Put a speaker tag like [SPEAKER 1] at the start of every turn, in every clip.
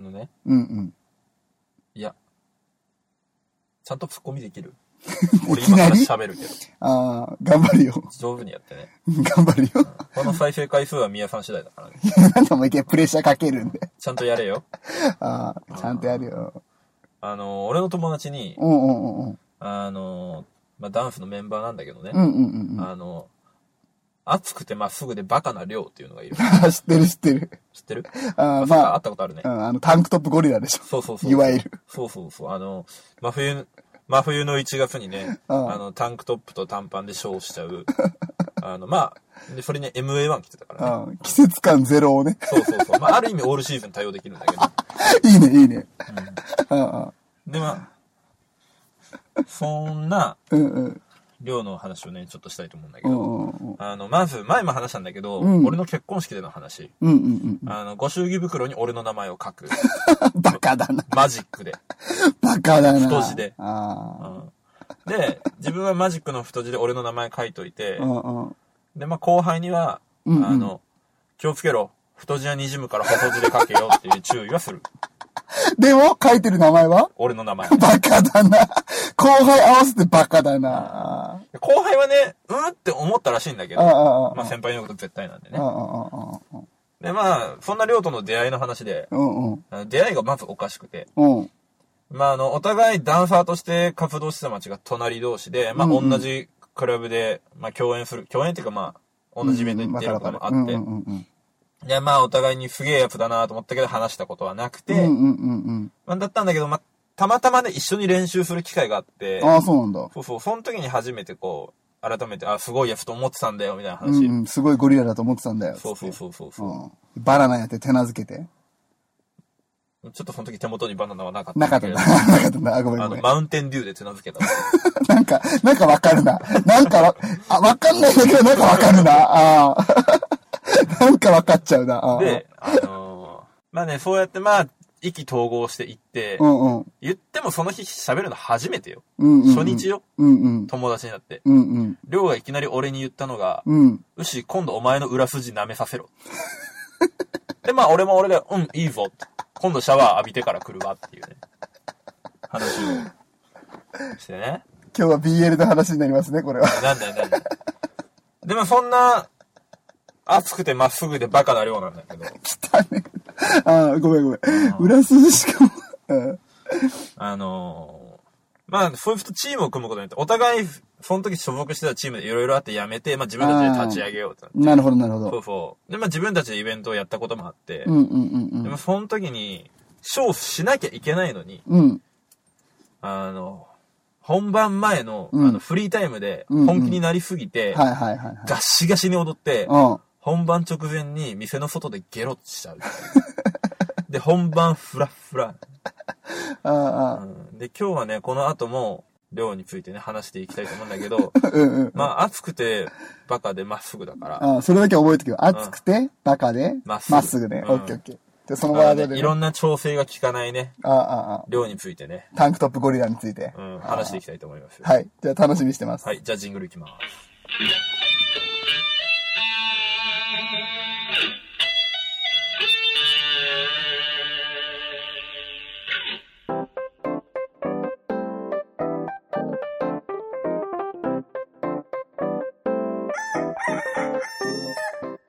[SPEAKER 1] のね、
[SPEAKER 2] うんうん。。
[SPEAKER 1] いや、ちゃんとツッコミできる 俺
[SPEAKER 2] いき
[SPEAKER 1] 今
[SPEAKER 2] な
[SPEAKER 1] か
[SPEAKER 2] り
[SPEAKER 1] ら喋るけど、
[SPEAKER 2] ああ、頑張るよ。
[SPEAKER 1] 上手にやってね。
[SPEAKER 2] 頑張るよ。
[SPEAKER 1] この再生回数は宮さん次第だからね。
[SPEAKER 2] あんたもいてプレッシャーかけるんで。
[SPEAKER 1] ちゃんとやれよ。
[SPEAKER 2] ああ、ちゃんとやるよ。
[SPEAKER 1] あの、俺の友達に、
[SPEAKER 2] うんうんうんうん。
[SPEAKER 1] あの、まあ、ダンスのメンバーなんだけどね、
[SPEAKER 2] うんうんうんうん。
[SPEAKER 1] あの、熱くてまっすぐでバカな量っていうのがいる。
[SPEAKER 2] ああ、 知ってる知ってる。
[SPEAKER 1] 知ってる
[SPEAKER 2] ああ、
[SPEAKER 1] まさか
[SPEAKER 2] ま
[SPEAKER 1] 会
[SPEAKER 2] あ
[SPEAKER 1] っ、たことあるね
[SPEAKER 2] う。ん、あの、タンクトップゴリラでし
[SPEAKER 1] そうそうそ
[SPEAKER 2] ょ。
[SPEAKER 1] う。
[SPEAKER 2] いわゆる。
[SPEAKER 1] そうそうそう。あの、真冬、真冬の1月にね、
[SPEAKER 2] うん
[SPEAKER 1] あの、タンクトップと短パンでショーしちゃう。あの、まあ、でそれね、MA1 着てたからね。
[SPEAKER 2] うん、季節感ゼロをね。
[SPEAKER 1] そうそうそう。まあ、ある意味オールシーズン対応できるんだけど。
[SPEAKER 2] いいね、いいね。うん
[SPEAKER 1] で、まあ、そんな
[SPEAKER 2] うんうん
[SPEAKER 1] 量の話をね、ちょっとしたいと思うんだけ
[SPEAKER 2] う
[SPEAKER 1] ど。
[SPEAKER 2] んうん
[SPEAKER 1] あの、まず、前も話したんだけど、
[SPEAKER 2] うん
[SPEAKER 1] 俺の結婚式での話。
[SPEAKER 2] うんうん
[SPEAKER 1] あの、ご祝儀袋に俺の名前を書く。
[SPEAKER 2] うん。バカだな。
[SPEAKER 1] マジックで。
[SPEAKER 2] バカだな。
[SPEAKER 1] 太字でう
[SPEAKER 2] あ
[SPEAKER 1] んで、自分はマジックの太字で俺の名前書いといて
[SPEAKER 2] あ。う、んうん。
[SPEAKER 1] で、まあ、後輩には、
[SPEAKER 2] うんうん
[SPEAKER 1] あの、気をつけろ。太字は滲むから細字で書けよっていう注意はする。
[SPEAKER 2] でも、書いてる名前は
[SPEAKER 1] 俺の名前。
[SPEAKER 2] バカだな。後輩合わせてバカだな。
[SPEAKER 1] 後輩はね、うんって思ったらしいんだけ
[SPEAKER 2] ああ、あ
[SPEAKER 1] ど、
[SPEAKER 2] あ、ああ
[SPEAKER 1] まあ、先輩のこと絶対なんで
[SPEAKER 2] ああ、
[SPEAKER 1] ね。
[SPEAKER 2] ああ、
[SPEAKER 1] で、まあ、そんな亮との出会いの話で、
[SPEAKER 2] うんうん。
[SPEAKER 1] あの出会いがまずおかしくて、
[SPEAKER 2] うん。
[SPEAKER 1] まあ、あの、お互いダンサーとして活動してた街が隣同士で、まあ、
[SPEAKER 2] うんうん
[SPEAKER 1] 同じクラブで、まあ、共演する、共演っていうか、まあ、同じイベントに出ることもあ
[SPEAKER 2] うん
[SPEAKER 1] っ
[SPEAKER 2] うんう
[SPEAKER 1] て、
[SPEAKER 2] ん
[SPEAKER 1] で、まあ、お互いにすげえやつだなと思ったけど、話したことはなく
[SPEAKER 2] う
[SPEAKER 1] て、
[SPEAKER 2] んうん
[SPEAKER 1] まあ、だったんだけど、まあ、たまたまね、一緒に練習する機会があって
[SPEAKER 2] うん。、ああ、そうなんだ。
[SPEAKER 1] そうそう、その時に初めてこう、改めて、あ、すごいやつと思ってたんだよ、みたいな
[SPEAKER 2] う
[SPEAKER 1] 話。
[SPEAKER 2] んうん。すごいゴリラだと思ってたんだよ。
[SPEAKER 1] そうそうそうそうそう。
[SPEAKER 2] うん。バナナやって手なずけて。
[SPEAKER 1] ちょっとその時手元にバナナはなかったん
[SPEAKER 2] なか
[SPEAKER 1] だ
[SPEAKER 2] っ
[SPEAKER 1] け
[SPEAKER 2] た
[SPEAKER 1] れど。
[SPEAKER 2] な。なかったな。あごめん
[SPEAKER 1] あ
[SPEAKER 2] ご
[SPEAKER 1] の、
[SPEAKER 2] めん。
[SPEAKER 1] マウンテンデューで手なずけた。
[SPEAKER 2] なんか、なんかわかるな。なんかわ、あ、わかんないんだけど、なんかわかるな。あ ーなんかわかっちゃうな。あー
[SPEAKER 1] で、あのーまあね、そうやってまあ、意気投合していって、
[SPEAKER 2] うんうん。
[SPEAKER 1] 言ってもその日喋るの初めてよ。
[SPEAKER 2] うんうんうん。
[SPEAKER 1] 初日よ、
[SPEAKER 2] うんうん。
[SPEAKER 1] 友達になって。
[SPEAKER 2] うんうん。
[SPEAKER 1] りょうがいきなり俺に言ったのが、
[SPEAKER 2] うん。
[SPEAKER 1] うし、今度お前の裏筋舐めさせろ。 で、まあ俺も俺で、うん、いいぞ。今度シャワー浴びてから来るわっていうね。話をしてね。
[SPEAKER 2] 今日は BL の話になりますね、これは。
[SPEAKER 1] なんだよなんだよ。でもそんな、熱くてまっすぐでバカな量なんだけど、
[SPEAKER 2] ああ、ごめんごめん。裏筋しかも。うん
[SPEAKER 1] あのーまあ、そういう人チームを組むことによって、お互い、その時所属してたチームでいろいろあってやめて、まあ自分たちで立ち上げようってなって
[SPEAKER 2] なるほど、なるほ
[SPEAKER 1] そ
[SPEAKER 2] ど。
[SPEAKER 1] うそう。で、まあ自分たちでイベントをやったこともあって、
[SPEAKER 2] うんうんうん
[SPEAKER 1] でもその時に、勝負しなきゃいけないのに、
[SPEAKER 2] うん。うん。
[SPEAKER 1] あの、本番前の、
[SPEAKER 2] うん
[SPEAKER 1] あの、フリータイムで、
[SPEAKER 2] うんうん
[SPEAKER 1] 本気になりすぎて、
[SPEAKER 2] はいはいはいはい。
[SPEAKER 1] ガッシガシに踊って、
[SPEAKER 2] うん。
[SPEAKER 1] 本番直前に店の外でゲロッとしちゃう。で、本番フラッフラ、
[SPEAKER 2] ああ、あ
[SPEAKER 1] うんで、今日はね、この後も、量についてね、話していきたいと思うんだけ ど、
[SPEAKER 2] あ。うんうん。
[SPEAKER 1] まあ、熱くて、バカでまっすぐだから、
[SPEAKER 2] ああ、それだけ覚えておけよ。熱くて、バカで、
[SPEAKER 1] まっすぐ
[SPEAKER 2] まっすぐね。
[SPEAKER 1] うん
[SPEAKER 2] オッケーオッケー。じゃあそのワ
[SPEAKER 1] あ
[SPEAKER 2] ード
[SPEAKER 1] の
[SPEAKER 2] で
[SPEAKER 1] ね
[SPEAKER 2] ね。
[SPEAKER 1] いろんな調整が効かないね、
[SPEAKER 2] ああ、ああ。
[SPEAKER 1] 量についてね、
[SPEAKER 2] タンクトップゴリラについて。
[SPEAKER 1] うん、話していきたいと思います。
[SPEAKER 2] はい。じゃあ楽しみにしてます。
[SPEAKER 1] はい、じゃあジングルいきます。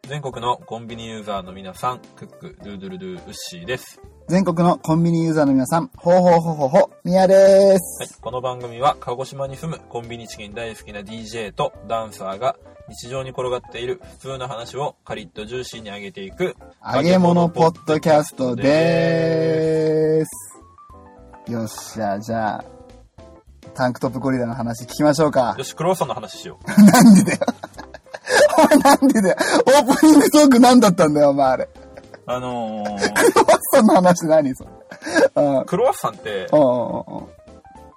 [SPEAKER 1] 全国のコンビニユーザーの皆さん、クック、ドゥードゥルドゥ、ウッシーです。
[SPEAKER 2] 全国のコンビニユーザーの皆さん、ほうほうほうほうほ、みやでーす。
[SPEAKER 1] はい、この番組は鹿児島に住むコンビニチキン大好きな DJ とダンサーが日常に転がっている普通の話をカリッとジューシーに上げていく
[SPEAKER 2] 揚げ物ポッドキャストでーす。よっしゃ、じゃあ、タンクトップゴリラの話聞きましょうか
[SPEAKER 1] よ。し、クロワッサンの話しよう。
[SPEAKER 2] なんでだよ。お前なんでだよ。オープニングトーク何だったんだよ、お 前あれ。
[SPEAKER 1] あの
[SPEAKER 2] ク
[SPEAKER 1] ー、
[SPEAKER 2] ロワッサンの話何それ。うん。うん
[SPEAKER 1] クロワッサンって、
[SPEAKER 2] うんうん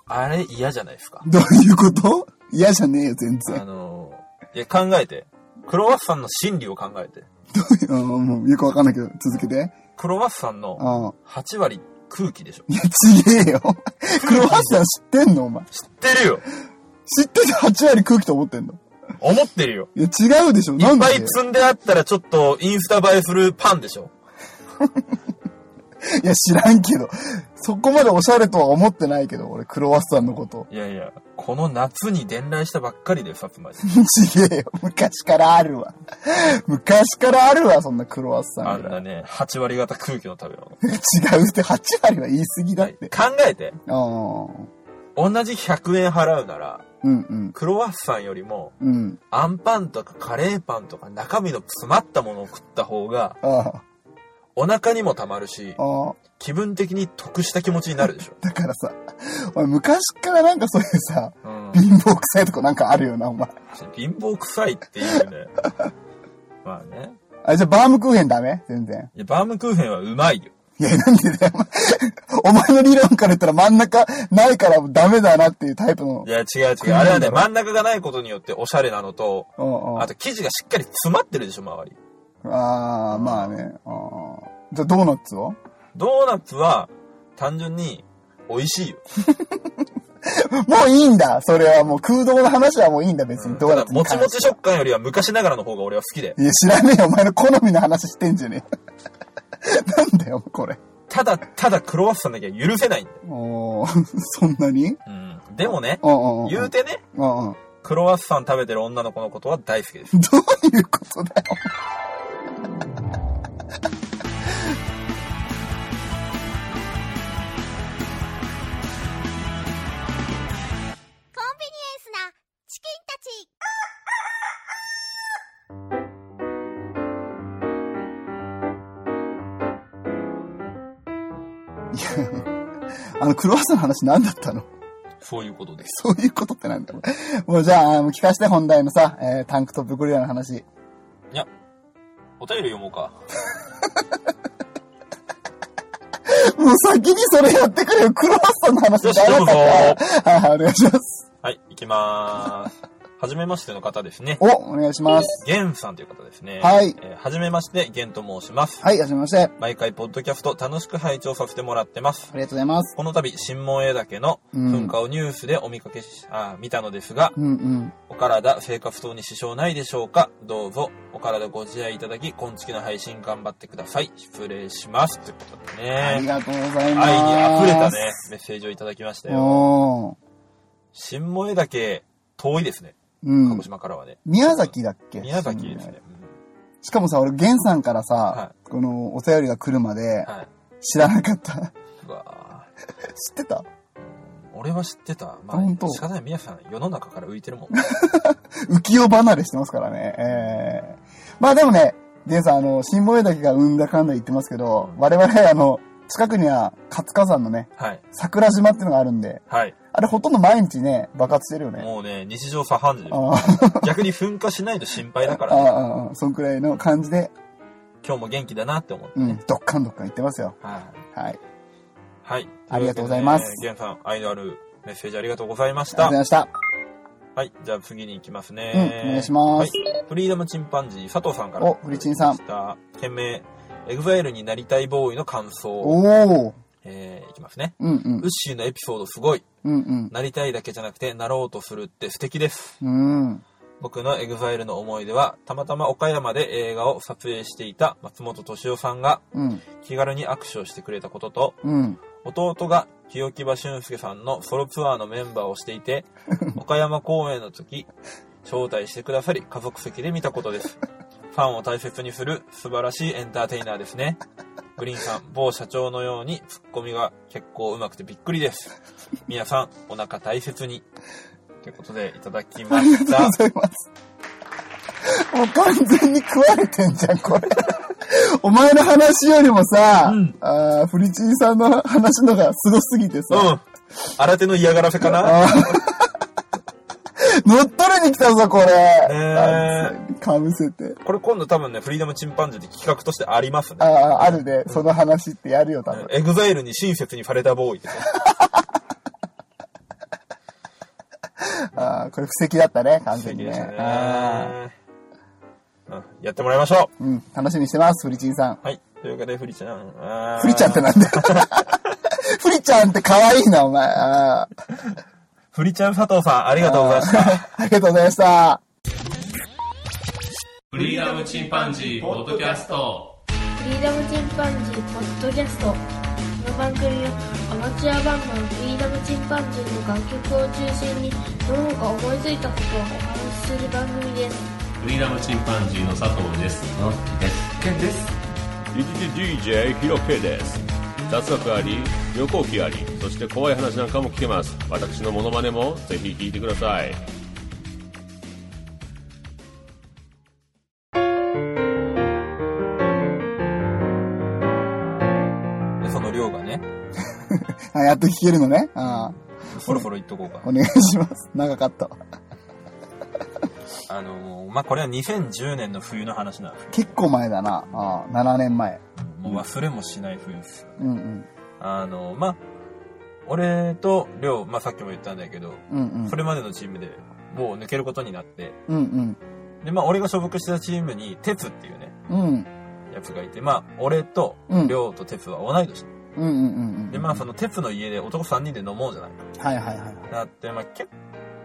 [SPEAKER 1] あれ嫌じゃないですか。
[SPEAKER 2] どういうこと嫌じゃねえよ、全
[SPEAKER 1] あ
[SPEAKER 2] 然。
[SPEAKER 1] のー、いや、考えて。クロワッサンの心理を考えて。
[SPEAKER 2] うん、もうよくわかんないけど、続けて。
[SPEAKER 1] クロワッサン
[SPEAKER 2] う
[SPEAKER 1] の
[SPEAKER 2] ん。
[SPEAKER 1] 8割空気でしょ。
[SPEAKER 2] いや、ちげえよ。クロワッサン知ってんのお前。
[SPEAKER 1] 知ってるよ
[SPEAKER 2] 知ってて8割空気と思ってんの
[SPEAKER 1] 思ってるよ
[SPEAKER 2] いや、違うでしょ。
[SPEAKER 1] い
[SPEAKER 2] な
[SPEAKER 1] っ
[SPEAKER 2] んで
[SPEAKER 1] ぱい積んであったらちょっとインスタ映えするパンでしょ
[SPEAKER 2] いや、知らんけど。そこまでおしゃれとは思ってないけど、俺、クロワッサンのこと。
[SPEAKER 1] いやいや、この夏に伝来したばっかりで、さつまいも。
[SPEAKER 2] ちげえよ。昔からあるわ。昔からあるわ、そんなクロワッサ
[SPEAKER 1] あ
[SPEAKER 2] ン
[SPEAKER 1] ん
[SPEAKER 2] ぐら。
[SPEAKER 1] ないね、8割方空気の食べ 物。
[SPEAKER 2] 違うって、8割は言い過ぎだっ
[SPEAKER 1] 考
[SPEAKER 2] て。
[SPEAKER 1] えて、
[SPEAKER 2] あー
[SPEAKER 1] 同じ100円払うなら、
[SPEAKER 2] うんうん。
[SPEAKER 1] クロワッサンよりも、
[SPEAKER 2] うん。
[SPEAKER 1] アンパンとかカレーパンとか中身の詰まったものを食った方が、
[SPEAKER 2] あ
[SPEAKER 1] お腹にもたまるし
[SPEAKER 2] あ。、ああ。
[SPEAKER 1] 気分的に得した気持ちになるで しょ。
[SPEAKER 2] だからさ、お前昔からなんかそういうさ、
[SPEAKER 1] うん。
[SPEAKER 2] 貧乏臭いとこなんかあるよな、お前。
[SPEAKER 1] 貧乏臭いっていうね。 まあね。
[SPEAKER 2] あ、じゃあバームクーヘンダメ全然。
[SPEAKER 1] いやバームクーヘンはうまいよ。
[SPEAKER 2] いや、なんでだよ、お前。お前の理論から言ったら真ん中ないからダメだなっていうタイプの
[SPEAKER 1] い。や、違う違う。あれはね、真ん中がないことによっておしゃれなのと、
[SPEAKER 2] うんうん
[SPEAKER 1] あと生地がしっかり詰まってるでしょ、周り。
[SPEAKER 2] ああ、まあね。あーじゃあドーナツは
[SPEAKER 1] ドーナツは、単純に、美味しいよ。
[SPEAKER 2] もういいんだ。それはもう空洞の話はもういいんだ、別に。ドー
[SPEAKER 1] た
[SPEAKER 2] ナ
[SPEAKER 1] だ
[SPEAKER 2] ツに
[SPEAKER 1] もち
[SPEAKER 2] 関
[SPEAKER 1] も
[SPEAKER 2] し
[SPEAKER 1] ち
[SPEAKER 2] て
[SPEAKER 1] 食感よりは昔ながらの方が俺は好きで。
[SPEAKER 2] いや、知らねえよ。お前の好みの話してんじゃねえ。なんだよ、これ。
[SPEAKER 1] ただ、ただクロワッサンだけは許せないんだよ。
[SPEAKER 2] おー そんなに
[SPEAKER 1] うん。でもね、
[SPEAKER 2] うんうんうん。
[SPEAKER 1] 言うてね、
[SPEAKER 2] うんうん。
[SPEAKER 1] クロワッサン食べてる女の子のことは大好きです。
[SPEAKER 2] どういうことだよ。
[SPEAKER 3] コンビニエンスなチキンたち
[SPEAKER 2] あの、クロワッサンの話何だったの
[SPEAKER 1] そういうことです。
[SPEAKER 2] そういうことってなんだろう。もうじゃあ、あの聞かして本題のさ、えータンクトップゴリラの話。
[SPEAKER 1] いや、お便り読もうか。
[SPEAKER 2] もう先にそれやってくれよ。クロワッサンの話
[SPEAKER 1] よし
[SPEAKER 2] ダメだ
[SPEAKER 1] どう
[SPEAKER 2] っ
[SPEAKER 1] ぞ
[SPEAKER 2] たはいはい、お願いします。
[SPEAKER 1] はい、行きま ーす。はじめましての方ですね。
[SPEAKER 2] お、お願いします。
[SPEAKER 1] ゲンさんという方ですね。
[SPEAKER 2] はい
[SPEAKER 1] えーはじめまして、ゲンと申します。
[SPEAKER 2] はい、はじめまして。あ
[SPEAKER 1] 毎回、ポッドキャスト楽しく拝聴させてもらってます。
[SPEAKER 2] りがとうございます。
[SPEAKER 1] この度、新門江岳の
[SPEAKER 2] うん
[SPEAKER 1] 噴火をニュースでお見かけし、あー見たのですが、
[SPEAKER 2] うんうん。
[SPEAKER 1] お体、生活等に支障ないでしょうかどうぞ、お体ご自愛いただき、今月の配信頑張ってください。失礼します。ということで
[SPEAKER 2] あり
[SPEAKER 1] ね。
[SPEAKER 2] がとうございます。
[SPEAKER 1] 愛に溢れたね、メッセージをいただきましたよ。
[SPEAKER 2] おー。
[SPEAKER 1] 新萌えだけ遠いですね。
[SPEAKER 2] う
[SPEAKER 1] 鹿
[SPEAKER 2] ん
[SPEAKER 1] 児。島からはね。
[SPEAKER 2] 宮崎だっけ
[SPEAKER 1] 宮崎ですね。。
[SPEAKER 2] しかもさ、俺、源さんからさ、
[SPEAKER 1] は
[SPEAKER 2] このお便りが来るまで
[SPEAKER 1] うん、はい。
[SPEAKER 2] 知らなかった。
[SPEAKER 1] うわぁ
[SPEAKER 2] 知ってた
[SPEAKER 1] 俺は知ってた。ま
[SPEAKER 2] あ本当
[SPEAKER 1] あ、仕方ない。皆さん、世の中から浮いてるもん。
[SPEAKER 2] 浮世離れしてますからね。ええまあでもね、ゲンさん、あの、新萌えだけがうんだかんだ言ってますけど、我々、あの、近くには活火山のね、
[SPEAKER 1] はい。
[SPEAKER 2] 桜島っていうのがあるんで、
[SPEAKER 1] はい。
[SPEAKER 2] あれほとんど毎日ね、爆発してるよね。
[SPEAKER 1] もうね、日常茶飯事で
[SPEAKER 2] あー
[SPEAKER 1] す。逆に噴火しないと心配だか
[SPEAKER 2] あー、
[SPEAKER 1] ら、
[SPEAKER 2] あーそんくらいの感じで、
[SPEAKER 1] 今日も元気だなって思って
[SPEAKER 2] う
[SPEAKER 1] ね。
[SPEAKER 2] ん、どっかんどっかん言ってますよ。
[SPEAKER 1] はい。
[SPEAKER 2] はい。
[SPEAKER 1] はい。
[SPEAKER 2] ありがとうございます
[SPEAKER 1] ゲンさん、愛のあるメッセージありがとうございまし
[SPEAKER 2] ありがとうご
[SPEAKER 1] た
[SPEAKER 2] ざい。ました。
[SPEAKER 1] はい。じゃあ次に行きますね。
[SPEAKER 2] うんお願いします
[SPEAKER 1] はい。フリーダムチンパンジー佐藤さんから。
[SPEAKER 2] おフリチンさん
[SPEAKER 1] いただきました。件名、エグザイルになりたいボーイの感想。
[SPEAKER 2] おー。
[SPEAKER 1] えー、いきますね。
[SPEAKER 2] うんうん
[SPEAKER 1] ウッ。シーのエピソードすごい。
[SPEAKER 2] うん
[SPEAKER 1] なりたいだけじゃなくて、なろうとするって素敵です。
[SPEAKER 2] うん。うん。
[SPEAKER 1] 僕のエグザイルの思い出は、たまたま岡山で映画を撮影していた松本敏夫さんが
[SPEAKER 2] うん。
[SPEAKER 1] 気軽に握手をしてくれたことと、
[SPEAKER 2] うん。
[SPEAKER 1] 弟が清木場俊介さんのソロツアーのメンバーをしてい て、岡山公演の時、招待してくださり、家族席で見たことです。ファンを大切にする素晴らしいエンターテイナーですね。グリーンさん、某社長のようにツッコミが結構上手くてびっくりです。皆さん、お腹大切に。ということで、いただきまし
[SPEAKER 2] あり
[SPEAKER 1] た
[SPEAKER 2] が。とうございます。もう完全に食われてんじゃん、これ。 お前の話よりもさ、
[SPEAKER 1] うん
[SPEAKER 2] あーフリチンさんの話のがすごすぎて
[SPEAKER 1] う
[SPEAKER 2] さ、
[SPEAKER 1] ん。新手の嫌がらせかな
[SPEAKER 2] あー 乗っ取りに来たぞ、これ。
[SPEAKER 1] え
[SPEAKER 2] かぶせて。
[SPEAKER 1] これ今度多分ね、フリーダムチンパンジーって企画としてありますね
[SPEAKER 2] あ。あ、あるね。その話ってやるよ、多分。
[SPEAKER 1] エグザイルに親切にされたボーイってね。
[SPEAKER 2] あーこれ布石だったね、完
[SPEAKER 1] 素
[SPEAKER 2] 全
[SPEAKER 1] 敵
[SPEAKER 2] に
[SPEAKER 1] で
[SPEAKER 2] ね。
[SPEAKER 1] した
[SPEAKER 2] あ
[SPEAKER 1] ね。うんやってもらいましょ
[SPEAKER 2] ーうん、楽しみにしてます、フリチンさん。
[SPEAKER 1] う。はい。というわけで、フリちゃん。あー
[SPEAKER 2] フリちゃんってなんだ よ。フリちゃんって可愛いな、お前。あー
[SPEAKER 1] フリちゃん佐藤さん、ありがとうございました。
[SPEAKER 2] ありがとうございました。
[SPEAKER 4] フリーダムチンパンジーポッドキャスト
[SPEAKER 3] フリ
[SPEAKER 4] フリーダムチンパンジーポッドキャストこの番組はアマチュアバンドのフリーダムチンパンジーの楽曲を中心に世の中思いついたことをお話しする番組です
[SPEAKER 5] フリーダムチンパンジーの佐藤です
[SPEAKER 6] のっちですけんです
[SPEAKER 7] DJ ひろけいです雑学あり旅行記ありそして怖い話なんかも聞けます私のモノマネもぜひ聞いてください
[SPEAKER 1] でその量がね
[SPEAKER 2] あやっと聞けるのね。ああ
[SPEAKER 1] そろそろ言っとこうか
[SPEAKER 2] お願いします。長かった。
[SPEAKER 1] あのまあこれは2010年の冬の話なんですけ
[SPEAKER 2] 結構前だな。ああ7年前。
[SPEAKER 1] どもう忘れもしない冬ですよ
[SPEAKER 2] うんうん。
[SPEAKER 1] あのまあ俺と亮、まあ、さっきも言ったんだけど、
[SPEAKER 2] うんうん
[SPEAKER 1] そ。れまでのチームでもう抜けることになって
[SPEAKER 2] うん
[SPEAKER 1] でまあ俺が所属してたチームに鉄っていうね
[SPEAKER 2] うん。うん。
[SPEAKER 1] やつがいてまあ俺と
[SPEAKER 2] うん
[SPEAKER 1] 亮と鉄は同い年、
[SPEAKER 2] うんうんうん
[SPEAKER 1] でまあその鉄の家で男3人で飲もうじゃない
[SPEAKER 2] うん。はいはいはい。
[SPEAKER 1] だってまあ結構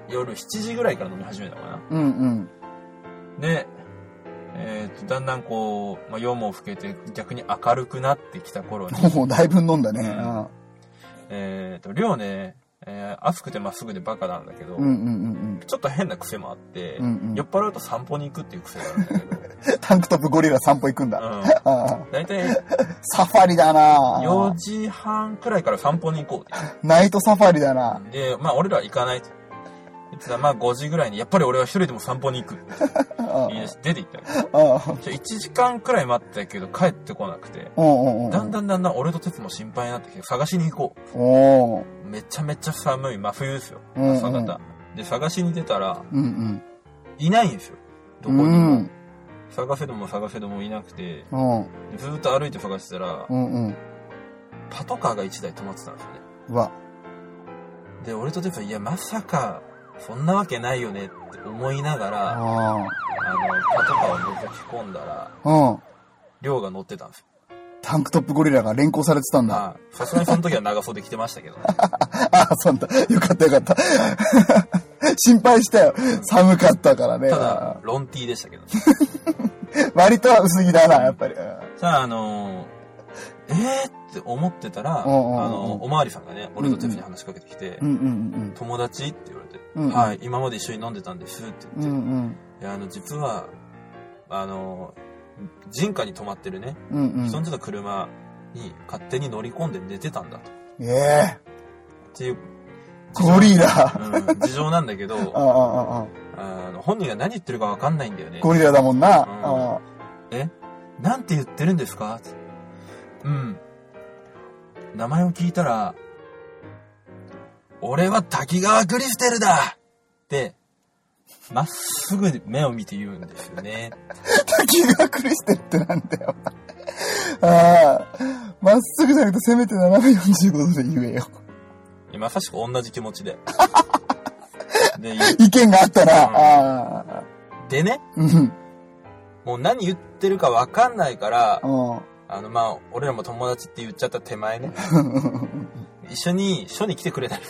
[SPEAKER 1] 夜7時ぐらいから飲み始めたのかな
[SPEAKER 2] うんうん。
[SPEAKER 1] で、えーとだんだんこう、まあ、夜も更けて逆に明るくなってきた 頃に
[SPEAKER 2] もうだいぶ飲んだね。
[SPEAKER 1] うん
[SPEAKER 2] ああ
[SPEAKER 1] えーと亮ね、えー熱くてまっすぐでバカなんだけど、
[SPEAKER 2] うんうんうん
[SPEAKER 1] ちょっと変な癖もあって、
[SPEAKER 2] うんうん
[SPEAKER 1] 酔っ払うと散歩に行くっていう癖があるんだけど、
[SPEAKER 2] うん。タンクトップゴリラ散歩行くんだ。あ
[SPEAKER 1] うん、
[SPEAKER 2] あ
[SPEAKER 1] 大体
[SPEAKER 2] サファリだな
[SPEAKER 1] 4時半くらいから散歩に行こうっ
[SPEAKER 2] ナイトサファリだな
[SPEAKER 1] てでまあ俺らは行かないと言ってたらまあ5時ぐらいにやっぱり俺は一人でも散歩に行くって
[SPEAKER 2] あ
[SPEAKER 1] 言い出して出て行ったわけ
[SPEAKER 2] ああ
[SPEAKER 1] ちょ1時間くらい待ったけど帰ってこなくて
[SPEAKER 2] あうんうんうん。
[SPEAKER 1] だんだんだんだん俺と鉄も心配になってきて探しに行こ
[SPEAKER 2] おー
[SPEAKER 1] うめちゃめちゃ寒い真冬ですよ
[SPEAKER 2] うんうん
[SPEAKER 1] 朝方で探しに出たら
[SPEAKER 2] うんうん。
[SPEAKER 1] いないんですよど
[SPEAKER 2] う
[SPEAKER 1] こにも、
[SPEAKER 2] ん。
[SPEAKER 1] 探せども探せどもいなくて
[SPEAKER 2] うん。
[SPEAKER 1] でずーっと歩いて探してたら
[SPEAKER 2] うんうん。
[SPEAKER 1] パトカーが1台止まってたんですよね
[SPEAKER 2] うわ。
[SPEAKER 1] で俺と鉄はいやまさかそんなわけないよねって思いながらあの
[SPEAKER 2] あ
[SPEAKER 1] パトカーを覗き込んだら
[SPEAKER 2] あ。うん。
[SPEAKER 1] 亮が乗ってたんですよ
[SPEAKER 2] タンクトップゴリラが連行されてたんだ。
[SPEAKER 1] まあさすがにその時は長袖着てましたけど ね
[SPEAKER 2] ああ、そうなんだ。よかったよかった。 心配したよ。寒かったからね。
[SPEAKER 1] ただロン T でしたけ どね
[SPEAKER 2] 割と薄着だな、やっぱり。
[SPEAKER 1] さあ、あのーえーって思ってたら、あ
[SPEAKER 2] うんうんうん
[SPEAKER 1] のおまわりさんがね、俺とテフに話しかけてきて、
[SPEAKER 2] うんうん
[SPEAKER 1] 友達って言われて、
[SPEAKER 2] うんうん
[SPEAKER 1] はい、今まで一緒に飲んでたんですって
[SPEAKER 2] うん。う
[SPEAKER 1] 言って、
[SPEAKER 2] んうん。
[SPEAKER 1] いや、あの、実は、あのー人家に泊まってるね、
[SPEAKER 2] うんうん。
[SPEAKER 1] そのちょっと車に勝手に乗り込んで寝てたんだと。っ
[SPEAKER 2] ええ
[SPEAKER 1] ていう、
[SPEAKER 2] ゴリラ。
[SPEAKER 1] うん、事情なんだけ
[SPEAKER 2] ああ
[SPEAKER 1] ど、
[SPEAKER 2] あああ
[SPEAKER 1] あの、本人が何言ってるかわかんないんだよね。
[SPEAKER 2] ゴリラだもんな。
[SPEAKER 1] ん
[SPEAKER 2] あ
[SPEAKER 1] えなんて言ってるんですかうん。名前を聞いたら、俺は滝川クリステルだって、まっすぐ目を見て言うんですよね。
[SPEAKER 2] あ滝がクリステルってなんだよ。ああ。まっすぐじゃなくて、せめて斜め45度で言えよ。
[SPEAKER 1] まさしく同じ気持ちで。で、
[SPEAKER 2] 意見があったら、
[SPEAKER 1] うん
[SPEAKER 2] ああ。
[SPEAKER 1] でね、
[SPEAKER 2] うん。
[SPEAKER 1] もう何言ってるかわかんないから、
[SPEAKER 2] うん。
[SPEAKER 1] あの、まあ、俺らも友達って言っちゃった手前ね。一緒に署に来てくれないか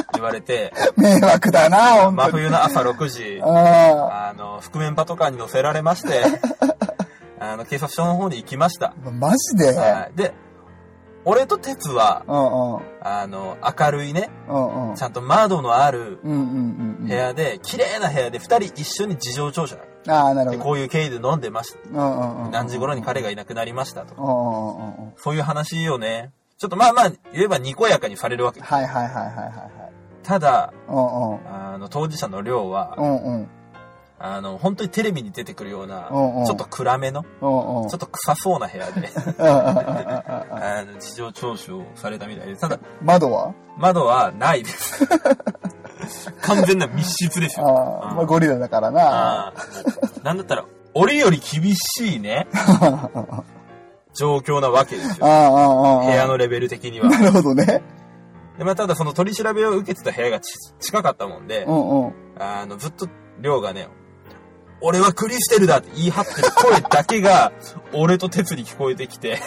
[SPEAKER 1] って言われて、
[SPEAKER 2] 迷惑だな、ほん
[SPEAKER 1] 真
[SPEAKER 2] とに。
[SPEAKER 1] 冬の朝6時、
[SPEAKER 2] ああ。
[SPEAKER 1] あの、覆面パトカーに乗せられま して、あの、警察署の方に行きました。
[SPEAKER 2] マジで
[SPEAKER 1] はい。で、俺と鉄は、
[SPEAKER 2] うんうん。
[SPEAKER 1] あの、明るいね、
[SPEAKER 2] うんうん
[SPEAKER 1] ち。ゃんと窓のある
[SPEAKER 2] うんうんう
[SPEAKER 1] 部
[SPEAKER 2] んうん。
[SPEAKER 1] 屋で、綺麗な部屋で二人一緒に事情聴取
[SPEAKER 2] ああ、なる
[SPEAKER 1] で、
[SPEAKER 2] ほ
[SPEAKER 1] こういう経緯で飲んでました。
[SPEAKER 2] ど。うんうんうん。
[SPEAKER 1] 何時頃に彼がいなくなりましたと
[SPEAKER 2] う
[SPEAKER 1] か、
[SPEAKER 2] んうんうんうん。
[SPEAKER 1] そういう話をね、ちょっとまあまあ、言えばにこやかにされるわけ。
[SPEAKER 2] はいはいはいはいはい。
[SPEAKER 1] ただ、
[SPEAKER 2] うんうん。
[SPEAKER 1] あの、当事者の量は、
[SPEAKER 2] うんうん。
[SPEAKER 1] あの、本当にテレビに出てくるような、ち
[SPEAKER 2] うんうん
[SPEAKER 1] ょっと暗めの、ち
[SPEAKER 2] うんう
[SPEAKER 1] ょ
[SPEAKER 2] ん
[SPEAKER 1] っ。と臭そうな部屋 で。
[SPEAKER 2] あ
[SPEAKER 1] あの、事情聴取をされたみたいで、ただ、
[SPEAKER 2] 窓は
[SPEAKER 1] 窓はない です。完全な密室です
[SPEAKER 2] あ
[SPEAKER 1] よ。
[SPEAKER 2] あ、まあ
[SPEAKER 1] うん
[SPEAKER 2] ゴリラだからな。
[SPEAKER 1] あーなんだったら、俺より厳しい ね、状況なわけです
[SPEAKER 2] ああ、
[SPEAKER 1] よ。
[SPEAKER 2] ああ、
[SPEAKER 1] 部屋のレベル的には。
[SPEAKER 2] なるほどね。
[SPEAKER 1] でまあ、ただその取り調べを受けてた部屋がち近かったもんで
[SPEAKER 2] う、んうん。
[SPEAKER 1] あの、ずっと、亮がね、俺はクリステルだって言い張ってる声だけ が、俺と鉄に聞こえてきて、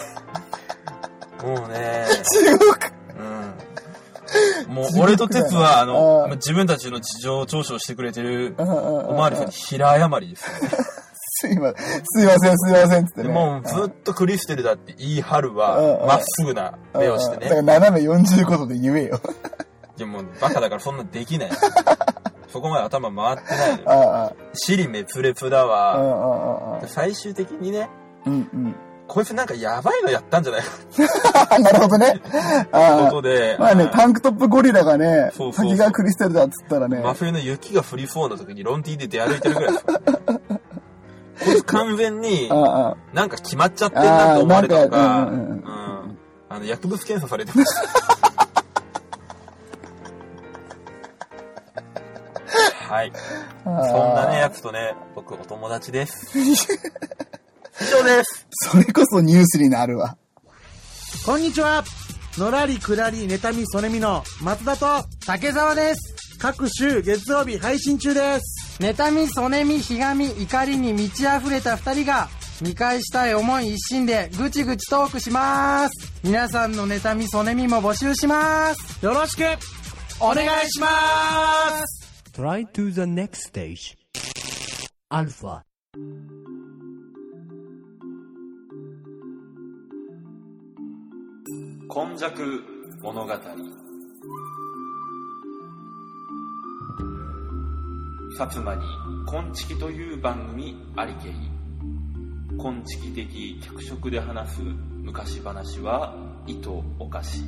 [SPEAKER 1] もうね、
[SPEAKER 2] 中国
[SPEAKER 1] うんもう俺と鉄は、あ
[SPEAKER 2] あ
[SPEAKER 1] の
[SPEAKER 2] ー、
[SPEAKER 1] 自分たちの事情聴取をしてくれてる
[SPEAKER 2] うんうんうん
[SPEAKER 1] おまわりさんに平謝りですね。
[SPEAKER 2] すいません、すいません、すいませんってって
[SPEAKER 1] で
[SPEAKER 2] ね。
[SPEAKER 1] もうずっとクリステルだって言い張る
[SPEAKER 2] うんう
[SPEAKER 1] は、
[SPEAKER 2] ん
[SPEAKER 1] まっすぐな目をして
[SPEAKER 2] うんだから
[SPEAKER 1] ね。
[SPEAKER 2] 斜め45度で言えよ。
[SPEAKER 1] いやもうバカだからそんなできない。 そこまで頭回ってない
[SPEAKER 2] あ
[SPEAKER 1] よ。
[SPEAKER 2] あ、
[SPEAKER 1] 尻滅裂だ
[SPEAKER 2] ああ、あ
[SPEAKER 1] わ。
[SPEAKER 2] あ、ああ。
[SPEAKER 1] 最終的にね、
[SPEAKER 2] うんうん。
[SPEAKER 1] こいつなんかやばいのやったんじゃないか
[SPEAKER 2] あ なるほどね。
[SPEAKER 1] って
[SPEAKER 2] あ
[SPEAKER 1] こ
[SPEAKER 2] あ
[SPEAKER 1] と。で、
[SPEAKER 2] まあね、
[SPEAKER 1] あ
[SPEAKER 2] タンクトップゴリラがね
[SPEAKER 1] そう、そうそう
[SPEAKER 2] 先がクリステルだっつったらね、
[SPEAKER 1] 真冬の雪が降りそうな時にロンティーで出歩いてるぐらいですからねこいつ完全に
[SPEAKER 2] あ、あ、あ
[SPEAKER 1] なんか決まっちゃってんなと思われたの
[SPEAKER 2] あ
[SPEAKER 1] か、う
[SPEAKER 2] ーなん
[SPEAKER 1] ん
[SPEAKER 2] かうん
[SPEAKER 1] あの、薬物検査されてました。 はい。
[SPEAKER 2] あ
[SPEAKER 1] そんなね、
[SPEAKER 2] ああ
[SPEAKER 1] やつとね、僕お友達です。以上です。
[SPEAKER 2] それこそニュースになるわ。
[SPEAKER 6] こんにちは。のらりくらり、妬み、そねみの、松田と竹澤です。各週月曜日配信中です。
[SPEAKER 8] 妬み、そねみ、ひがみ、怒りに満ち溢れた二人が、見返したい思い一心で、ぐちぐちトークします。皆さんの妬み、そねみも募集します。
[SPEAKER 6] よろしく
[SPEAKER 8] お願いします
[SPEAKER 9] Try to the next stage. Alpha.
[SPEAKER 1] 今弱物語。薩摩に「昆虫という番組ありけり昆虫的脚色で話す昔話は意図おかし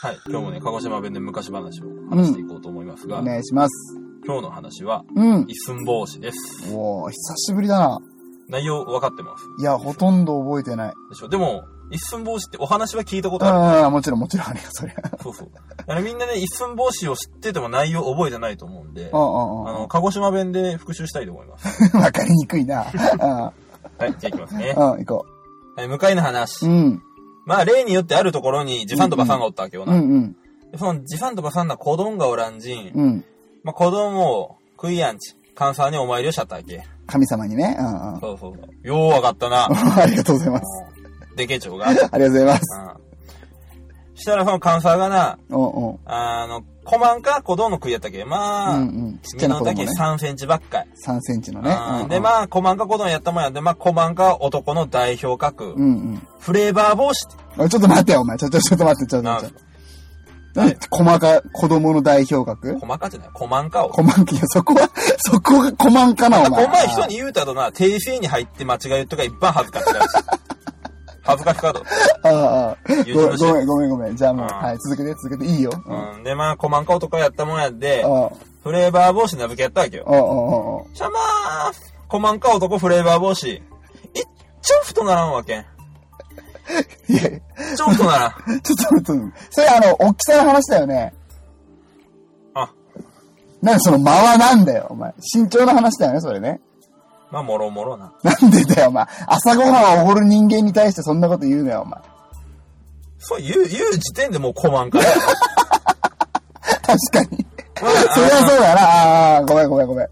[SPEAKER 1] はい今日もね鹿児島弁で昔話を話していこうと思いますが、
[SPEAKER 2] お願いします。
[SPEAKER 1] 今日の話は
[SPEAKER 2] うん。
[SPEAKER 1] 一寸法師です
[SPEAKER 2] おお久しぶりだな。
[SPEAKER 1] 内容分かってます
[SPEAKER 2] いや、ほとんど覚えてない。
[SPEAKER 1] でしょでも一寸法師ってお話は聞いたことある
[SPEAKER 2] ああ、もちろん、もちろん、ありがとう。
[SPEAKER 1] そうそう。あのみんなね、一寸法師を知ってても内容覚えてないと思うんで、
[SPEAKER 2] あ
[SPEAKER 1] あ
[SPEAKER 2] あ、あ
[SPEAKER 1] の、鹿児島弁で復習したいと思い ます。
[SPEAKER 2] あ、わかりにくいな。あ
[SPEAKER 1] はい、じゃあいきますね。
[SPEAKER 2] あ、うん、行こ
[SPEAKER 1] はい、向かいの
[SPEAKER 2] う。
[SPEAKER 1] 話
[SPEAKER 2] う。ん、
[SPEAKER 1] まあ、例によってあるところに、ジファンとバサンがおったわけよ
[SPEAKER 2] う
[SPEAKER 1] な。
[SPEAKER 2] ん、うん、
[SPEAKER 1] でその、ジファンとバサンな子供がおらんじん、
[SPEAKER 2] うん。
[SPEAKER 1] まあ、子供を食いやんち、関西にお参りをしちゃったわけ。
[SPEAKER 2] 神様にね。うん、うん。。
[SPEAKER 1] そうそうそう。ようわかったな
[SPEAKER 2] ありがとうございます。
[SPEAKER 1] でけ長 が。
[SPEAKER 2] ありがとうございます。
[SPEAKER 1] うん。したらその関西がな、
[SPEAKER 2] うん、うん。
[SPEAKER 1] あの、コマンか子供食いやったけ。まあ、
[SPEAKER 2] うんうんちっちゃ
[SPEAKER 1] 身
[SPEAKER 2] な
[SPEAKER 1] の
[SPEAKER 2] 子供ね
[SPEAKER 1] 丈3センチばっかい。
[SPEAKER 2] 3センチのね。うん
[SPEAKER 1] あ
[SPEAKER 2] う
[SPEAKER 1] ー
[SPEAKER 2] ん
[SPEAKER 1] で、まあ、コマンカコドンやったもんやんで、まあ、コマンカ男の代表格、
[SPEAKER 2] うん
[SPEAKER 1] フレーバー帽子って。
[SPEAKER 2] うん。ちょっと待ってよ、お前。ちょ、ちょ、ちょっと待って、ちょ、ちょ、
[SPEAKER 1] な
[SPEAKER 2] ちょ。なんで、細か、子供の代表格
[SPEAKER 1] コマンカじゃないコマンカを。
[SPEAKER 2] コマンキ、いや、そこは、そこがコマンかな、お
[SPEAKER 1] お
[SPEAKER 2] 前。
[SPEAKER 1] 前人に言うたとな、訂正に入って間違えるとか一番恥ずかしか ったし。恥ずかしかと。
[SPEAKER 2] ああ、ああ。
[SPEAKER 1] 言うて
[SPEAKER 2] ご
[SPEAKER 1] ました
[SPEAKER 2] ごめん、ごめん、ごめん。じゃあもう、
[SPEAKER 1] あー
[SPEAKER 2] はい、続けて、続けて、いいよ。うん。あ
[SPEAKER 1] うん。で、まあ、コマンカ男やったもんやんで、
[SPEAKER 2] あ、
[SPEAKER 1] フレーバー帽子名付けやったわけよ
[SPEAKER 2] あ。あ、
[SPEAKER 1] しゃまあ、コマンカ男フレーバー帽子。いっちょ太ならんわけん。い
[SPEAKER 2] いやいや
[SPEAKER 1] っちょ太 ならん。
[SPEAKER 2] ちょっと待って、それあの、大きさの話だよね。
[SPEAKER 1] あ、
[SPEAKER 2] なんでその間はなんだよ、お前。身長の話だよね、それね。
[SPEAKER 1] まあ、もろもろな。
[SPEAKER 2] なんでだよ、お前。朝ごはんをおごる人間に対してそんなこと言うなよ、お前。
[SPEAKER 1] そう、言う、言う時点でもうコマ ンカだよ。
[SPEAKER 2] 確かに。
[SPEAKER 1] まあ
[SPEAKER 2] そりゃそうだな。ああ、ごめんごめんごめん。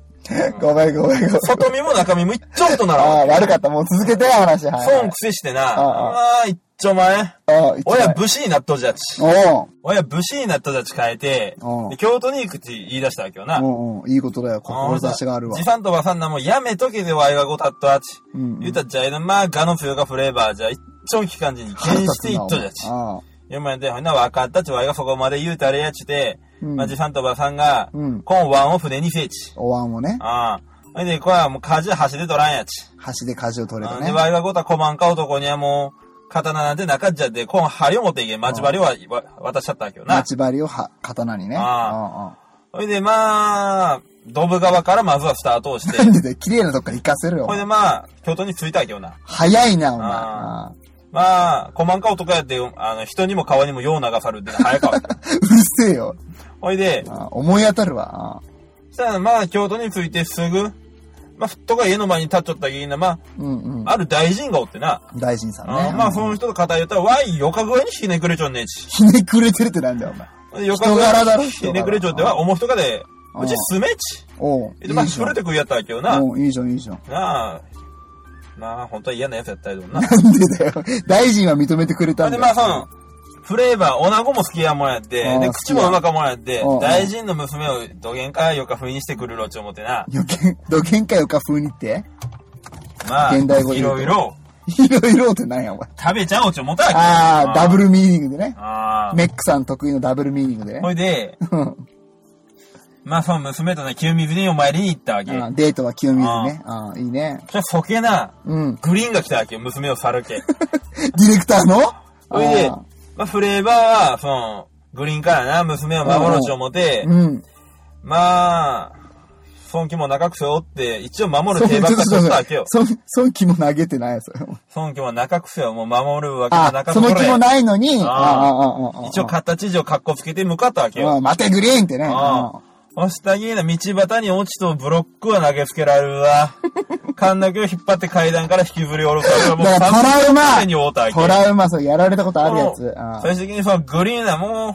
[SPEAKER 2] ごめんごめんごめん。
[SPEAKER 1] 外見も中身も一丁とならん
[SPEAKER 2] あ
[SPEAKER 1] わ
[SPEAKER 2] あ、
[SPEAKER 1] け
[SPEAKER 2] 悪かった。もう続けてよ、話。はい、は
[SPEAKER 1] 損
[SPEAKER 2] い
[SPEAKER 1] く。せしてな。
[SPEAKER 2] あ
[SPEAKER 1] ああ、一丁前。
[SPEAKER 2] ああ、一
[SPEAKER 1] 親
[SPEAKER 2] 枚
[SPEAKER 1] 武士になっとじゃち。
[SPEAKER 2] お
[SPEAKER 1] 親武士になっとじゃち変えて
[SPEAKER 2] うん、
[SPEAKER 1] で京都に行くち言い出したわけよな。
[SPEAKER 2] うんうん、いいことだよ。志があるわ
[SPEAKER 1] じ。さんとばさんなもんやめとけでわいがごたっとあち。
[SPEAKER 2] うんうん
[SPEAKER 1] 言うたっちゃいな、まあ、ガの冬がフレーバーじゃ、一丁期間じに
[SPEAKER 2] 腹
[SPEAKER 1] 減
[SPEAKER 2] 立
[SPEAKER 1] して
[SPEAKER 2] つ
[SPEAKER 1] いっ
[SPEAKER 2] なお
[SPEAKER 1] とじ
[SPEAKER 2] 前
[SPEAKER 1] ゃち。
[SPEAKER 2] ああ
[SPEAKER 1] よまやで、ほんなわかったちわいがそこまで言うたれやちで、
[SPEAKER 2] うん
[SPEAKER 1] まあ、じさんとばさんが、
[SPEAKER 2] うん
[SPEAKER 1] コンワンを船にせえち。
[SPEAKER 2] お椀をね、
[SPEAKER 1] ああ。ほいで、これはもう舵走で取らんやち。
[SPEAKER 2] 箸で舵を取れ
[SPEAKER 1] あ
[SPEAKER 2] た
[SPEAKER 1] の
[SPEAKER 2] ね
[SPEAKER 1] ね、。ワイワゴタコマンカ男にはもう、刀なんてなかっちゃって、こん針を持っていけん。待ち針はわ渡しちゃったわけよな
[SPEAKER 2] 待。ち針をは刀にね。
[SPEAKER 1] あ
[SPEAKER 2] あ
[SPEAKER 1] ほいで、まあ、ドブ側からまずはスタートをし
[SPEAKER 2] あ。なん
[SPEAKER 1] て、
[SPEAKER 2] でだよ、綺麗なとこから行かせるよ
[SPEAKER 1] ほ。いでまあ、京都に着いたわけよな。
[SPEAKER 2] 早いな、お前。
[SPEAKER 1] あ
[SPEAKER 2] ああ
[SPEAKER 1] まあ、コマンカ男やって、あの、人にも川にも用流さるってな早かわ
[SPEAKER 2] うるせえよ。
[SPEAKER 1] ほいで、
[SPEAKER 2] ああ思い当たるわ。ああ
[SPEAKER 1] そしたらまあ、京都に着いてすぐ、まあ、ふっとか家の前に立っちゃったきにな、ま
[SPEAKER 2] うんうん。
[SPEAKER 1] あ、ある大臣がおってな。
[SPEAKER 2] 大臣さんね
[SPEAKER 1] あ。まあ、そ
[SPEAKER 2] うん
[SPEAKER 1] の人と語り合ったら、ワイ、よか具合にひねくれちょんねえち。
[SPEAKER 2] ひねくれてるってなんだよ、お前。
[SPEAKER 1] ほいでよか具
[SPEAKER 2] 人柄だ
[SPEAKER 1] 合
[SPEAKER 2] ろ
[SPEAKER 1] にひねくれちょんっては、重ひとかで、うちすめえち。
[SPEAKER 2] おう。
[SPEAKER 1] で、まあ、
[SPEAKER 2] いいじゃ
[SPEAKER 1] そ
[SPEAKER 2] ん
[SPEAKER 1] れで食いやったわけよな。
[SPEAKER 2] おういいじゃん、いいじゃん。
[SPEAKER 1] なあ、まあ、本当は嫌なやつやったりとかな。
[SPEAKER 2] なんでだよ。大臣は認めてくれたんだ
[SPEAKER 1] で、
[SPEAKER 2] よ。
[SPEAKER 1] まあ、その、フレーバー、女子も好きやもんやって、
[SPEAKER 2] あー
[SPEAKER 1] で、口もうまかもんやって
[SPEAKER 2] 好きやうんう
[SPEAKER 1] 大
[SPEAKER 2] ん、
[SPEAKER 1] 臣の娘をどげんかよかふいにしてくるろっちゅう思ってな。
[SPEAKER 2] 予見、土幻かよか風にって
[SPEAKER 1] まあ、い
[SPEAKER 2] 現代語で言うと
[SPEAKER 1] ろいろ
[SPEAKER 2] いろいろってなんや、お前。
[SPEAKER 1] 食べちゃおうちゅう思ったわけ。
[SPEAKER 2] ああ、ダブルミーニングでね。
[SPEAKER 1] ああ。
[SPEAKER 2] メックさん得意のダブルミーニングでね
[SPEAKER 1] ほ。い で、まあ、その娘とね、清水にお参りに行ったわけ。
[SPEAKER 2] あーデートは清水ね。ああ、いいね。
[SPEAKER 1] そそけな、
[SPEAKER 2] うん。
[SPEAKER 1] グリーンが来たわけよ、娘をさるけ。
[SPEAKER 2] ディレクターの
[SPEAKER 1] ほいで
[SPEAKER 2] あ、
[SPEAKER 1] まあ、フレーバーは、その、グリーンからな、娘を守ろうちゅう思って、
[SPEAKER 2] ーうん。
[SPEAKER 1] まあ、孫気も長く背負って、一応守る
[SPEAKER 2] そう、ち
[SPEAKER 1] 手
[SPEAKER 2] ょ
[SPEAKER 1] ばっかしとったわ
[SPEAKER 2] っ
[SPEAKER 1] けよ
[SPEAKER 2] と、。そん、そん気も投げてないやつ。
[SPEAKER 1] 孫気も長く背負う、もう守るわけもな
[SPEAKER 2] あ
[SPEAKER 1] か、
[SPEAKER 2] その気も
[SPEAKER 1] い。
[SPEAKER 2] ないのに、
[SPEAKER 1] あー
[SPEAKER 2] あーあー、あーあー、
[SPEAKER 1] 一応、形上格好つけて向かったわけ
[SPEAKER 2] あ
[SPEAKER 1] よ。
[SPEAKER 2] ー待て、グリーンってね。
[SPEAKER 1] あ
[SPEAKER 2] あー
[SPEAKER 1] そしたげえな道端に落ちとブロックは投げつけられる わ。カンナギを引っ張って階段から引きずり下ろされる。もう
[SPEAKER 2] だからトラウマ
[SPEAKER 1] に覆ったわけ。
[SPEAKER 2] トラウマ、そう、やられたことあるやつ。
[SPEAKER 1] もう
[SPEAKER 2] あー
[SPEAKER 1] 最終的にそのグリーンはもう、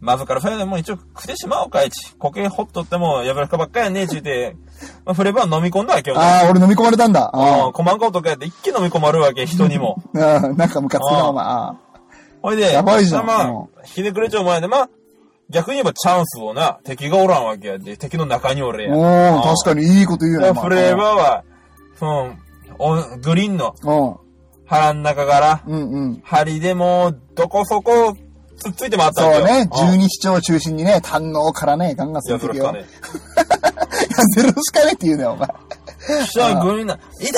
[SPEAKER 1] まずからそれでもう一応食ってしまおうかいち。苔ほっとってもやぶらかばっかやねえちゅうて、まあ、フレバー飲み込んだわけよ。
[SPEAKER 2] あー、俺飲み込まれたんだ。
[SPEAKER 1] あ
[SPEAKER 2] あ
[SPEAKER 1] あ、細かいことかやって一気に飲み込まれるわけ、人にも。
[SPEAKER 2] ーうんなんかムカつく
[SPEAKER 1] あ
[SPEAKER 2] な、
[SPEAKER 1] ー
[SPEAKER 2] お前。あ
[SPEAKER 1] ほいで、
[SPEAKER 2] やばいじゃん
[SPEAKER 1] まあ
[SPEAKER 2] うん
[SPEAKER 1] まあ、ひねくれちゃう前で、まあ、逆に言えばチャンスをな、敵がおらんわけやで、敵の中におる
[SPEAKER 2] ー
[SPEAKER 1] やん。
[SPEAKER 2] おー、確かにいいこと言う
[SPEAKER 1] に。
[SPEAKER 2] よ
[SPEAKER 1] フレーバ
[SPEAKER 2] ー。
[SPEAKER 1] ーは、その、おグリーンの
[SPEAKER 2] うん。
[SPEAKER 1] 腹の中から、
[SPEAKER 2] うんうん。
[SPEAKER 1] 針でもう、どこそこ、つっついて回った
[SPEAKER 2] そ
[SPEAKER 1] わけ
[SPEAKER 2] う
[SPEAKER 1] よ。
[SPEAKER 2] ね、
[SPEAKER 1] うん
[SPEAKER 2] 十二指腸を中心にね、胆のからね、ガンガン
[SPEAKER 1] い
[SPEAKER 2] 進
[SPEAKER 1] や、
[SPEAKER 2] ん
[SPEAKER 1] そ
[SPEAKER 2] でいく
[SPEAKER 1] れ
[SPEAKER 2] よ。
[SPEAKER 1] か
[SPEAKER 2] いや
[SPEAKER 1] ね。、
[SPEAKER 2] ゼロしかねって言うなよ、お前。
[SPEAKER 1] そしたらグリーンな、いたててて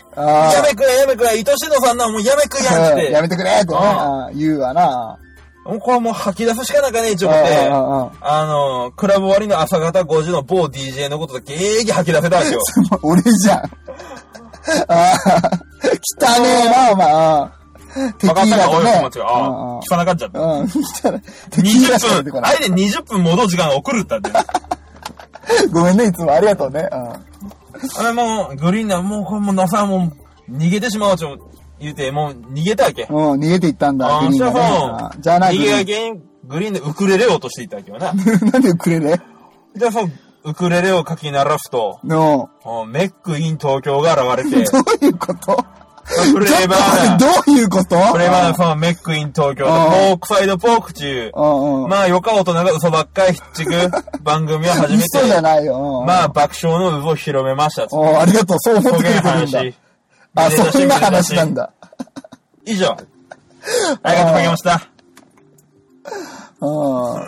[SPEAKER 1] て
[SPEAKER 2] あー
[SPEAKER 1] やめくれ、やめくれ、愛しのさんな、もうやめくれやんっ
[SPEAKER 2] う
[SPEAKER 1] て。
[SPEAKER 2] んやめてくれってね、
[SPEAKER 1] うん
[SPEAKER 2] あー言うわな。
[SPEAKER 1] もうこれはもう吐き出すしかなかねえち
[SPEAKER 2] う
[SPEAKER 1] ょ
[SPEAKER 2] ん
[SPEAKER 1] っ
[SPEAKER 2] う
[SPEAKER 1] て。
[SPEAKER 2] ん うん
[SPEAKER 1] あの、クラブ終わりの朝方5時の某 DJ のことだけ営業吐き出せたわ けよ。
[SPEAKER 2] もう俺じゃん。ああ、汚ねえな、お前あー。テキ
[SPEAKER 1] 分かっ
[SPEAKER 2] ー
[SPEAKER 1] た
[SPEAKER 2] ラ
[SPEAKER 1] か、
[SPEAKER 2] と
[SPEAKER 1] おい、
[SPEAKER 2] ね
[SPEAKER 1] お待ち。が。ああ、聞かなかっちゃっ
[SPEAKER 2] う
[SPEAKER 1] た。
[SPEAKER 2] ん、うん。したら、テキーラしか出
[SPEAKER 1] 20
[SPEAKER 2] て
[SPEAKER 1] 分
[SPEAKER 2] こ、な
[SPEAKER 1] あ
[SPEAKER 2] い
[SPEAKER 1] れで20分戻る時間が送るったって。
[SPEAKER 2] ごめんね、いつもありがとうね。うん
[SPEAKER 1] あれもう、グリーンな、もう、これもう、野さんもう、逃げてしまおうちょ、言うて、もう、逃げたわけ。
[SPEAKER 2] うん、逃げていったんだ、
[SPEAKER 1] あ
[SPEAKER 2] グ
[SPEAKER 1] あ、
[SPEAKER 2] リ
[SPEAKER 1] そし
[SPEAKER 2] ーン
[SPEAKER 1] たら
[SPEAKER 2] がね
[SPEAKER 1] も
[SPEAKER 2] あ
[SPEAKER 1] う、
[SPEAKER 2] ー。じゃあな、
[SPEAKER 1] 逃
[SPEAKER 2] グリ
[SPEAKER 1] げ が
[SPEAKER 2] ー
[SPEAKER 1] 原因、グリーンでウクレレを落としていったわけよな。
[SPEAKER 2] ン。なんでウクレレ
[SPEAKER 1] で、その、ウクレレを書き鳴らすと、
[SPEAKER 2] の、
[SPEAKER 1] もうメックイン東京が現れて、
[SPEAKER 2] どういうこと
[SPEAKER 1] フレーバーな、
[SPEAKER 2] どういうこと
[SPEAKER 1] フレーバーな、そのメックイン東京と、ポ
[SPEAKER 2] ああ
[SPEAKER 1] ークサイドポーク中、
[SPEAKER 2] うんうん。
[SPEAKER 1] まあ、よか大人が嘘ばっかりひっち く番組を始めて、
[SPEAKER 2] 嘘じゃないよ。うんうん
[SPEAKER 1] まあ、爆笑の渦を広めましたと。
[SPEAKER 2] おーありがとう、そう思っ
[SPEAKER 1] そ
[SPEAKER 2] てく
[SPEAKER 1] げん
[SPEAKER 2] れてるん
[SPEAKER 1] 話。
[SPEAKER 2] だ
[SPEAKER 1] ビ。
[SPEAKER 2] あ、
[SPEAKER 1] デオ
[SPEAKER 2] そんな話なん。だ。
[SPEAKER 1] 以上。ありがとうございました。
[SPEAKER 2] う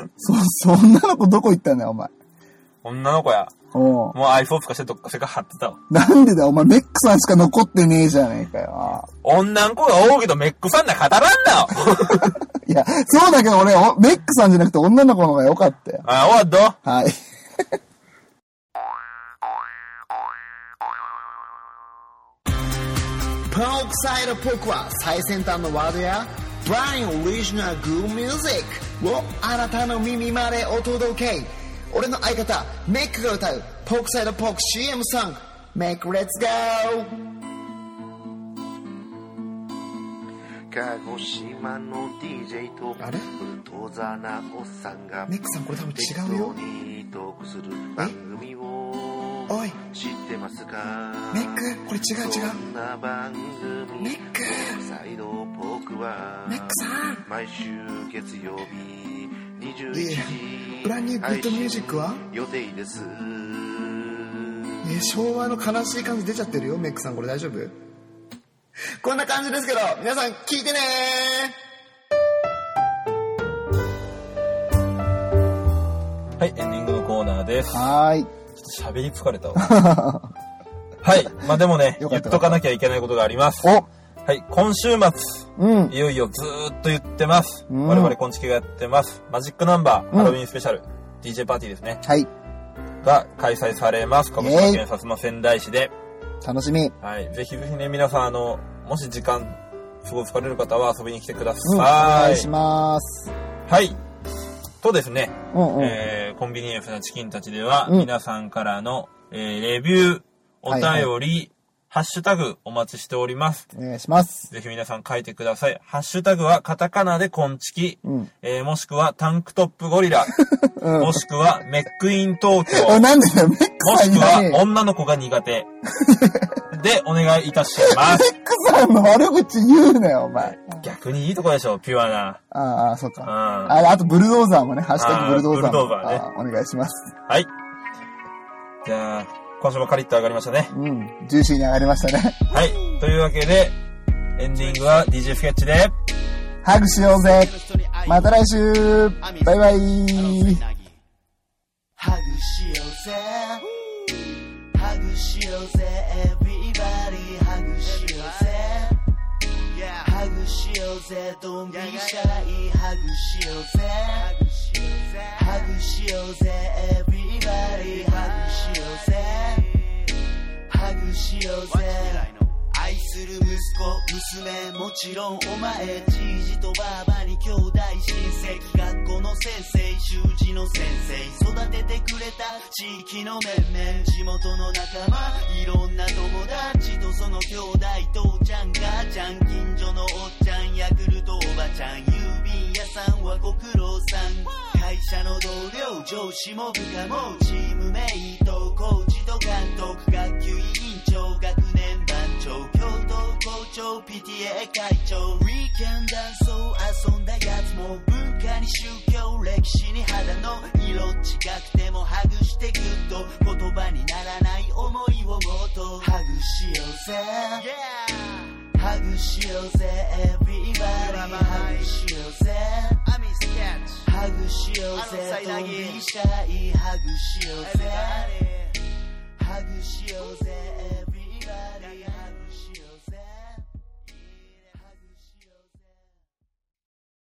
[SPEAKER 2] ん。そ、そんなの子どこ行ったんだよ、お前。
[SPEAKER 1] 女の子や。
[SPEAKER 2] お
[SPEAKER 1] も
[SPEAKER 2] う
[SPEAKER 1] うアイフォーとかしてどっかせか張ってたわ。
[SPEAKER 2] なんでだよ、お前、メックさんしか残ってねえじゃねえかよ。
[SPEAKER 1] 女の子が多いけどメックファンな語らんなよ
[SPEAKER 2] いや、そうだけど俺、おメックさんじゃなくて女の子の方が良かったよ。
[SPEAKER 1] あ、終わっ
[SPEAKER 2] はい。
[SPEAKER 6] パンオクサイドポークは最先端のワードやブラインオリジナルグーミュージックをあなたの耳までお届け俺の相方メックが歌うポークサイドポーク CM ソングメイクレッツゴー
[SPEAKER 10] 鹿児島の DJ と
[SPEAKER 6] あれ
[SPEAKER 10] 当座なおっさんが
[SPEAKER 6] メックさんこれ多分
[SPEAKER 10] 適
[SPEAKER 6] 違うよ
[SPEAKER 10] 当にトークする番組を
[SPEAKER 6] おい
[SPEAKER 10] 知ってますか
[SPEAKER 6] メックこれ違う違う
[SPEAKER 10] そんな番組
[SPEAKER 6] メック
[SPEAKER 10] サイドポークは
[SPEAKER 6] メックさん
[SPEAKER 10] 毎週月曜日21
[SPEAKER 6] いえ
[SPEAKER 10] 時
[SPEAKER 6] ブランニューグッドミュージックは
[SPEAKER 10] 配信予定です
[SPEAKER 6] えー昭和の悲しい感じ出ちゃってるよメックさんこれ大丈夫こんな感じですけど皆さん聞いてね
[SPEAKER 1] たはい、エンディングのコーナーです。
[SPEAKER 2] はーい。
[SPEAKER 1] ちょっと喋り疲れたわ。 はい、まあでもね、
[SPEAKER 2] よか
[SPEAKER 1] 言
[SPEAKER 2] っ
[SPEAKER 1] ったとかなきゃいけないことがあります。
[SPEAKER 2] お
[SPEAKER 1] はい、今週末、
[SPEAKER 2] うん。
[SPEAKER 1] いよいよずーっと言ってます。
[SPEAKER 2] うん
[SPEAKER 1] 我々、昆虫がやってます。マジックナンバー、
[SPEAKER 2] うん
[SPEAKER 1] ハロウィンスペシャル、DJ パーティーですね。
[SPEAKER 2] はい。
[SPEAKER 1] が開催されます。鹿児島県薩摩仙台市で。
[SPEAKER 2] 楽しみ。
[SPEAKER 1] はい。ぜひぜひね、皆さん、あの、もし時間、すごい疲れる方は遊びに来てくだ
[SPEAKER 2] うん。お
[SPEAKER 1] さ
[SPEAKER 2] 願
[SPEAKER 1] い。
[SPEAKER 2] いします。
[SPEAKER 1] はい。とですね、
[SPEAKER 2] うんうん。
[SPEAKER 1] えーコンビニエンスなチキンたちでは、
[SPEAKER 2] うん
[SPEAKER 1] 皆さんからの、えーレビュー、お便り、
[SPEAKER 2] はい
[SPEAKER 1] ハッシュタグお待ちしております。
[SPEAKER 2] お願いします。
[SPEAKER 1] ぜひ皆さん書いてください。ハッシュタグはカタカナでコンチキ、
[SPEAKER 2] うん。
[SPEAKER 1] えーもしくはタンクトップゴリラ、
[SPEAKER 2] うん。
[SPEAKER 1] もしくはメックイン東京、
[SPEAKER 2] お、なんでだよ、メッ
[SPEAKER 1] も
[SPEAKER 2] クさ
[SPEAKER 1] し
[SPEAKER 2] ん
[SPEAKER 1] く
[SPEAKER 2] いらねえ
[SPEAKER 1] は
[SPEAKER 2] よ。
[SPEAKER 1] 女の子が苦手。でお願いいたし ます。
[SPEAKER 2] クさんの悪口言うなよ、お前。
[SPEAKER 1] 逆にいいとこでしょ、ピュアな。
[SPEAKER 2] ああああ、そっか。
[SPEAKER 1] うん
[SPEAKER 2] ああと、ブルドーザーもね、ハッシュタグブルドーザー
[SPEAKER 1] あ
[SPEAKER 2] も。
[SPEAKER 1] あブルドーザーね
[SPEAKER 2] ああお願いします。
[SPEAKER 1] はい。じゃあ、今週もカリッと上がりましたね。
[SPEAKER 2] うん。ジューシーに上がりましたね。
[SPEAKER 1] はい。というわけで、エンディングは DJ スケッチで、
[SPEAKER 2] ハグしようぜ。また来週。バイバイ。
[SPEAKER 11] ハグしようぜハグしようぜ Everybody ハグしようぜハグしようぜどんぶりシャイハグしようぜハグしようぜ Everybody ハグしようぜハグしようぜ愛する息子娘もちろんお前じいじとばあばに兄弟親戚学校の先生習字の先生育ててくれた地域の面々地元の仲間いろんな友達とその兄弟父ちゃん母ちゃん近所のおっちゃんヤクルトおばちゃん郵便屋さんはご苦労さん会社の同僚上司も部下もチームメイトコーチと監督学級委員長学年団長教頭校長 PTA 会長ウィーケンダンスを遊んだやつも文化に宗教歴史に肌の色違くてもハグしてギュッと言葉にならない思いをもっとハグしようぜ、ハグしようぜ Everybody ハグしようぜハグしようぜ飛びしたいハグしようぜハグしようぜ Everybody